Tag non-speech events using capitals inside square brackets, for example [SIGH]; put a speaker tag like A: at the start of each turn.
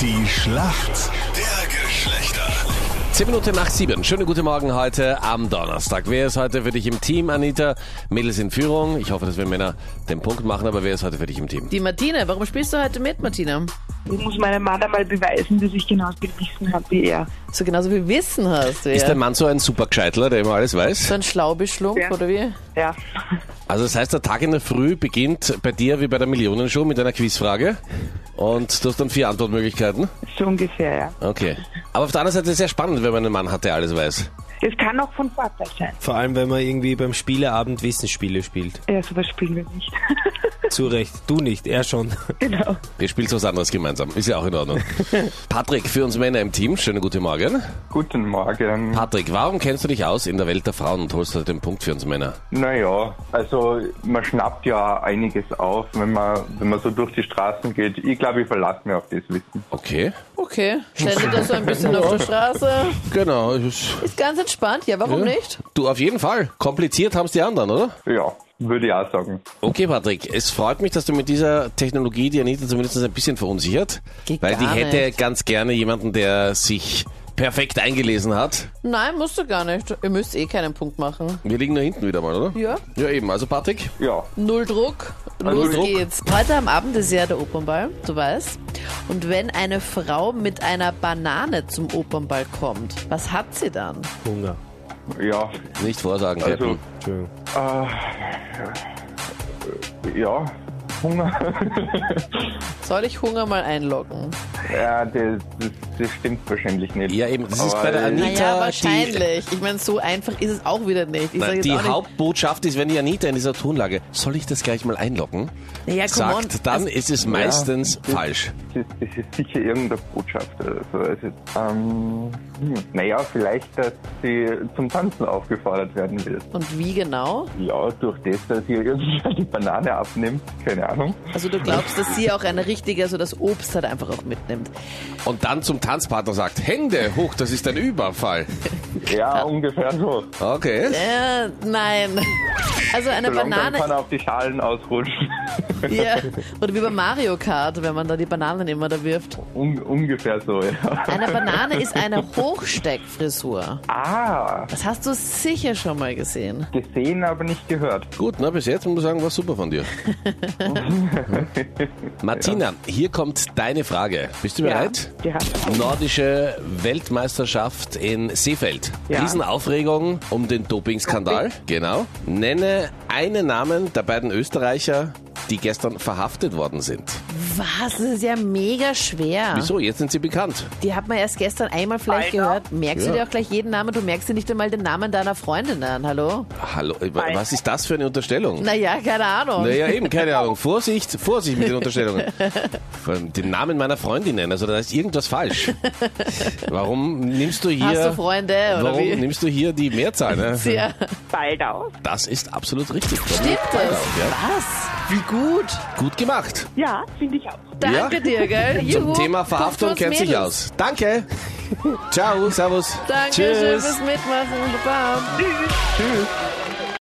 A: Die Schlacht der Geschlechter.
B: 10 Minuten nach 7. Schönen guten Morgen heute am Donnerstag. Wer ist heute für dich im Team, Anita? Mädels in Führung. Ich hoffe, dass wir Männer den Punkt machen, aber wer ist heute für dich im Team?
C: Die Martina, warum spielst du heute mit, Martina?
D: Ich muss meinem Mann einmal beweisen, dass ich genauso gewissen habe wie er.
C: So genauso wie Wissen hast du,
B: Ist
C: ja.
B: dein Mann so ein super Gescheitler, der immer alles weiß?
C: So ein Schlaubeschlump,
D: Ja.
C: oder wie?
D: Ja.
B: Also das heißt, der Tag in der Früh beginnt bei dir wie bei der Millionenshow mit einer Quizfrage. Und du hast dann vier Antwortmöglichkeiten.
D: So ungefähr, ja.
B: Okay. Aber auf der anderen Seite sehr spannend, wenn man einen Mann hat, der alles weiß.
D: Es kann auch von Vorteil sein.
E: Vor allem, wenn man irgendwie beim Spieleabend Wissensspiele spielt.
D: Ja, sowas spielen wir nicht. [LAUGHS]
E: Zu Recht. Du nicht, er schon.
D: genau.
B: Ihr spielt was anderes gemeinsam. Ist ja auch in [LAUGHS] Ordnung. Patrick, für uns Männer im Team, schönen guten Morgen.
F: Guten Morgen.
B: Patrick, warum kennst du dich aus in der Welt der Frauen und holst heute den Punkt für uns Männer?
F: Naja, also man schnappt ja einiges auf, wenn man, wenn man so durch die Straßen geht. Ich glaube, ich verlasse mich auf das Wissen.
B: Okay.
C: Okay. Schneidet da so ein bisschen auf der Straße.
B: Genau. es-
C: Ist ganz entspannt. Ja, warum nicht?
B: Du, auf jeden Fall. Kompliziert haben es die anderen, oder?
F: Ja, würde ich auch sagen.
B: Okay, Patrick, es freut mich, dass du mit dieser Technologie die Anita zumindest ein bisschen verunsichert.
C: Geht
B: weil die
C: gar
B: hätte
C: nicht.
B: ganz gerne jemanden, der sich perfekt eingelesen hat.
C: Nein, musst du gar nicht. Ihr müsst eh keinen Punkt machen.
B: Wir liegen da hinten wieder mal, oder?
C: Ja.
B: Ja, eben. Also, Patrick,
F: Ja,
C: Null Druck. Los
B: Ah, null Druck.
C: geht's. Heute am Abend ist ja der Opernball, du weißt. Und wenn eine Frau mit einer Banane zum Opernball kommt, was hat sie dann?
E: Hunger.
F: ja,
B: nicht vorsagen,
F: also,
B: Captain.
E: Entschuldigung.
F: äh, ja. Hunger, [LAUGHS]
C: Soll ich Hunger mal einloggen?
F: ja, das, das, das stimmt wahrscheinlich nicht.
B: Ja, eben. Das ist bei der
F: äh,
B: Anita.
C: Naja,
B: die-
C: wahrscheinlich. Ich meine, so einfach ist es auch wieder nicht. Ich sag
B: Nein,
C: jetzt
B: die
C: auch nicht,
B: Hauptbotschaft ist, wenn die Anita in dieser Tonlage, soll ich das gleich mal einloggen?
C: Naja, come on. Also,
B: sagt, dann ist es meistens falsch.
F: Das, das ist sicher irgendeine Botschaft. oder so. Also, ähm, hm, naja, vielleicht, dass sie zum Tanzen aufgefordert werden will.
C: Und wie genau?
F: Ja, durch das, dass ihr irgendwer die Banane abnimmt, keine Ahnung.
C: Also du glaubst, dass sie auch eine richtige, also das Obst halt einfach auch mitnimmt.
B: Und dann zum Tanzpartner sagt, Hände hoch, das ist ein Überfall.
F: Ja, ungefähr so.
B: Okay.
C: Äh, nein. Also eine
F: So langsam kann
C: Banane.
F: er auf die Schalen ausrutschen.
C: Ja. Oder wie bei Mario Kart, wenn man da die Bananen immer da wirft.
F: [LAUGHS] Un ungefähr so, ja.
C: Eine Banane ist eine Hochsteckfrisur.
F: Ah,
C: Das hast du sicher schon mal gesehen.
F: gesehen, aber nicht gehört.
B: Gut, na, bis jetzt muss ich sagen, war super von dir. Martina, hier kommt deine Frage. Bist du bereit?
D: Ja.
B: Nordische Weltmeisterschaft in Seefeld.
D: Ja.
B: Riesenaufregung um den Dopingskandal. Genau. Nenne einen Namen der beiden Österreicher, die gestern verhaftet worden sind.
C: Was? Das ist ja mega schwer.
B: Wieso? Jetzt sind sie bekannt.
C: Die hat man erst gestern einmal vielleicht gehört. Merkst
B: Ja.
C: du dir auch gleich jeden Namen? Du merkst dir nicht einmal den Namen deiner Freundin an. Hallo?
B: Hallo, äh, wa- was ist das für eine Unterstellung?
C: Naja, keine Ahnung.
B: Naja, eben, keine Ahnung. Vorsicht, Vorsicht mit den Unterstellungen. Vor allem Den Namen meiner Freundin nennen, also da ist irgendwas falsch. Warum nimmst du hier...
C: Hast du Freunde oder
B: Warum
C: wie?
B: nimmst du hier die Mehrzahl? Ne?
C: Tja,
D: Bald aus?
B: Das ist absolut richtig.
C: stimmt das?
B: Ja.
C: Was? Wie gut?
B: Gut gemacht.
D: Ja, finde ich auch.
C: Danke
B: Ja.
C: dir, gell?
B: Zum
C: Juhu.
B: Thema
C: Punkt
B: Verhaftung
C: fürs
B: kennt sich
C: Mädels.
B: aus. Danke. Ciao, servus.
C: Danke schön
B: Tschüss.
C: fürs Mitmachen. Baba.